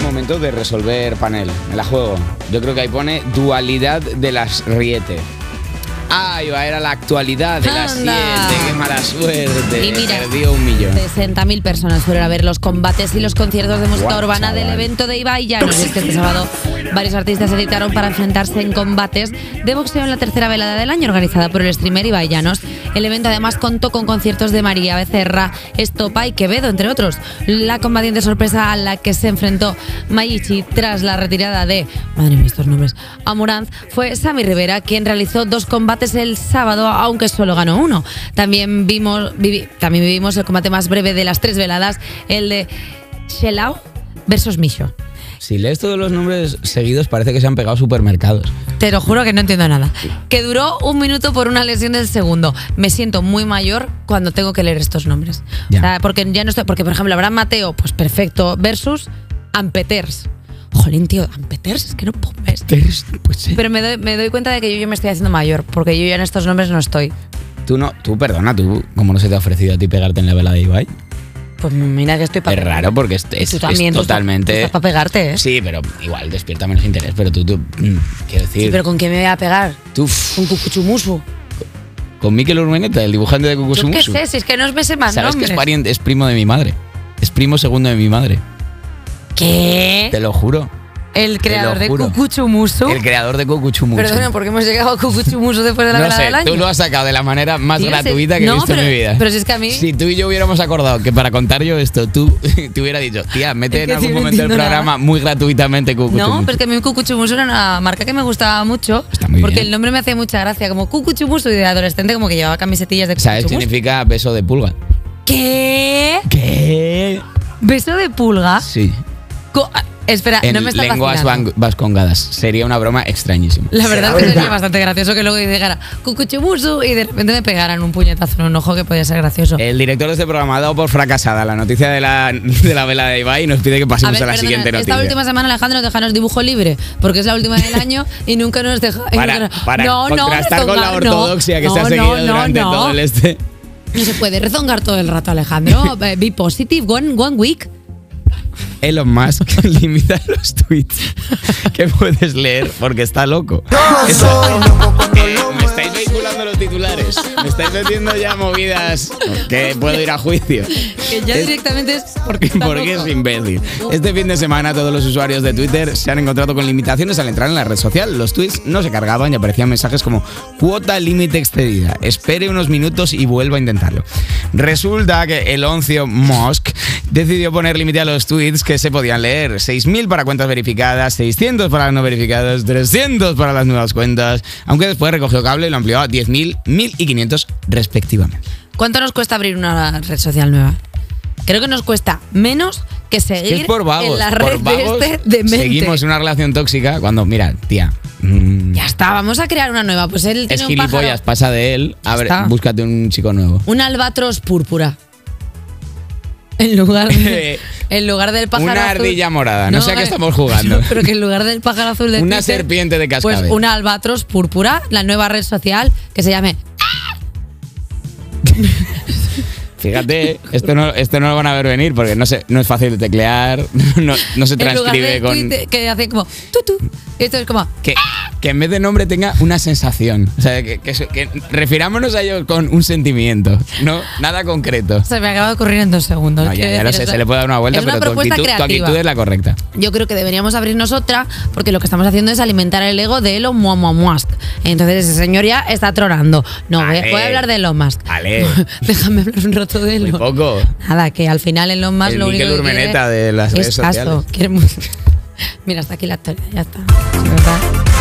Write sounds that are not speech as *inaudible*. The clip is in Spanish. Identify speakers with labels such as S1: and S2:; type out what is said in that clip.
S1: momento de resolver panel. Me la juego. Yo creo que ahí pone dualidad de las riete. Ahí va, era la actualidad de las siete.
S2: Anda.
S1: Qué mala suerte.
S2: Y mira.
S1: Perdió un millón.
S2: 60.000 personas fueron a ver los combates y los conciertos de música
S1: Guau,
S2: urbana del
S1: chaval.
S2: evento de Ibai Llanos. Y es que este sábado varios artistas se citaron para enfrentarse en combates de boxeo en la tercera velada del año organizada por el streamer Ibai Llanos. El evento además contó con conciertos de María Becerra, Estopa y Quevedo, entre otros. La combatiente sorpresa a la que se enfrentó Mayichi tras la retirada de, madre mía estos nombres, Amuranz fue Sami Rivera quien realizó dos combates el sábado, aunque solo ganó uno. También vimos, vivi- también vivimos el combate más breve de las tres veladas, el de Shelao versus Misho.
S1: Si lees todos los nombres seguidos, parece que se han pegado supermercados.
S2: Te lo juro que no entiendo nada. Que duró un minuto por una lesión del segundo. Me siento muy mayor cuando tengo que leer estos nombres.
S1: Ya.
S2: O sea, porque ya no estoy. Porque, por ejemplo, Abraham Mateo, pues perfecto, versus Ampeters. Jolín, tío, Ampeters, es que no puedo más.
S1: Pues sí.
S2: Pero me doy, me doy cuenta de que yo ya me estoy haciendo mayor, porque yo ya en estos nombres no estoy.
S1: Tú no, tú perdona, tú, como no se te ha ofrecido a ti pegarte en la vela de Ibai.
S2: Pues mira que estoy para
S1: Es raro porque es, es-
S2: Tú
S1: es
S2: también, tú estás- tú
S1: totalmente.
S2: estás pa' pegarte, ¿eh?
S1: Sí, pero igual despierta menos interés. Pero tú, tú mm, quiero decir,
S2: Sí, pero ¿con quién me voy a pegar?
S1: tú f-
S2: ¿Con Cucuchumusu?
S1: con Miquel Urmeneta, el dibujante de
S2: Yo qué
S1: Cucusumusu.
S2: sé, si es que no os me sé más
S1: Sabes que
S2: nombres.
S1: es pariente, es primo de mi madre. Es primo segundo de mi madre.
S2: ¿Qué?
S1: Te lo juro.
S2: El creador de
S1: juro.
S2: Cucuchumusu.
S1: El creador de Cucuchumusu.
S2: Perdona, ¿por qué hemos llegado a Cucuchumusu después de la
S1: no
S2: velada
S1: sé,
S2: del año?
S1: tú lo has sacado de la manera más
S2: Tío, sí.
S1: gratuita que he
S2: No,
S1: visto en
S2: pero-
S1: mi vida.
S2: pero si es que a mí-
S1: Si tú y yo hubiéramos acordado que para contar yo esto, tú *laughs* te hubiera dicho, tía, mete
S2: Es que
S1: en algún
S2: sí, no
S1: momento el
S2: entiendo
S1: programa
S2: nada.
S1: muy gratuitamente Cucuchumusu.
S2: No, pero es que a mí Cucuchumusu era una marca que me gustaba mucho.
S1: Está muy
S2: porque
S1: bien.
S2: el nombre me hacía mucha gracia. Como Cucuchumusu y de adolescente, como que llevaba camisetillas de
S1: ¿Sabes?
S2: Cucuchumusu.
S1: Significa beso de pulga.
S2: ¿Qué?
S1: ¿Qué?
S2: ¿Beso de pulga?
S1: Sí.
S2: Co- ah, Espera,
S1: En
S2: no me está
S1: lenguas
S2: fascinando.
S1: van- vascongadas. Sería una broma extrañísima.
S2: La verdad es que sería bastante gracioso que luego llegara Cucuchumusu y de repente me pegaran un puñetazo en un ojo que podía ser gracioso.
S1: El director de este programa ha dado por fracasada la noticia de la, de la vela de Ibai y nos pide que
S2: A
S1: pasemos
S2: ver,
S1: a, la
S2: perdona,
S1: siguiente noticia.
S2: Esta última semana Alejandro nos dejanos dibujo libre, porque es la última del año y nunca nos deja. y
S1: para
S2: nunca nos-
S1: para
S2: no, no,
S1: contrastar con la
S2: rezongar, no,
S1: ortodoxia que
S2: no,
S1: se ha
S2: no,
S1: seguido
S2: no,
S1: durante
S2: no.
S1: todo el este.
S2: No se puede rezongar todo el
S1: *laughs*
S2: rato, Alejandro. Eh, Be positive, one, one week.
S1: Elon Musk *laughs* limita los tweets que puedes leer porque está loco. Eh, me estáis vinculando los titulares. Me estáis metiendo ya movidas que puedo ir a juicio.
S2: Que ya
S1: Es-
S2: directamente es porque, está
S1: *laughs* Porque
S2: loco.
S1: es imbécil. Este fin de semana todos los usuarios de Twitter se han encontrado con limitaciones al entrar en la red social. Los tweets no se cargaban y aparecían mensajes como cuota límite excedida. Espere unos minutos y vuelva a intentarlo. Resulta que el oncio Musk decidió poner límite a los tweets que se podían leer. 6.000 para cuentas verificadas, 600 para las no verificadas, 300 para las nuevas cuentas. Aunque después recogió cable y lo amplió a 10.000, 1.500 respectivamente.
S2: ¿Cuánto nos cuesta abrir una red social nueva? Creo que nos cuesta menos que seguir
S1: Que es por vagos.
S2: en la
S1: por
S2: red
S1: vagos
S2: de este de mente.
S1: Seguimos en una relación tóxica cuando, mira, tía. mm,
S2: Ya está, vamos a crear una nueva. Pues él tiene
S1: es
S2: un
S1: gilipollas,
S2: pájaro,
S1: pasa de él. A ver,
S2: está.
S1: búscate un chico nuevo.
S2: un albatros púrpura. En lugar, de- en lugar del pájaro
S1: Eh, Una
S2: azul-
S1: ardilla morada, no sé a qué
S2: eh,
S1: estamos jugando.
S2: *laughs* Pero que en lugar del pájaro azul de
S1: Una
S2: Twitter,
S1: serpiente de
S2: Pues
S1: cascabel.
S2: una albatros púrpura, la nueva red social que se llame *laughs*
S1: Fíjate, esto no, esto no lo van a ver venir porque no, se, no es fácil de teclear, *laughs* no, no se
S2: En lugar
S1: transcribe
S2: de
S1: con.
S2: Twitter, que hace como tu tu. Esto es como
S1: Que, que en vez de nombre tenga una sensación. O sea, que, que, que refirámonos a ello con un sentimiento, no nada concreto.
S2: se me acaba de ocurrir en dos segundos.
S1: No, ya,
S2: Quiero
S1: ya lo
S2: decir,
S1: sé,
S2: es
S1: se
S2: la-
S1: le puede dar una vuelta,
S2: es una
S1: pero tu
S2: propuesta
S1: actitud, tu
S2: creativa.
S1: actitud es la correcta.
S2: Yo creo que deberíamos abrirnos otra, porque lo que estamos haciendo es alimentar el ego de Elon Mua- Mua- Musk. Entonces ese señor ya está tronando. No, voy a-
S1: Ale.
S2: voy a hablar de Elon Musk.
S1: Ale.
S2: *laughs* Déjame hablar un rato de
S1: Muy
S2: *laughs* Elon.
S1: poco.
S2: Nada, que al final Elon Musk
S1: El
S2: lo único
S1: Mikel
S2: que quiere
S1: Urmeneta de las
S2: es
S1: redes
S2: caso. *laughs*
S1: sociales.
S2: Quiere mu- Mira, hasta aquí la actualidad, ya está. De verdad.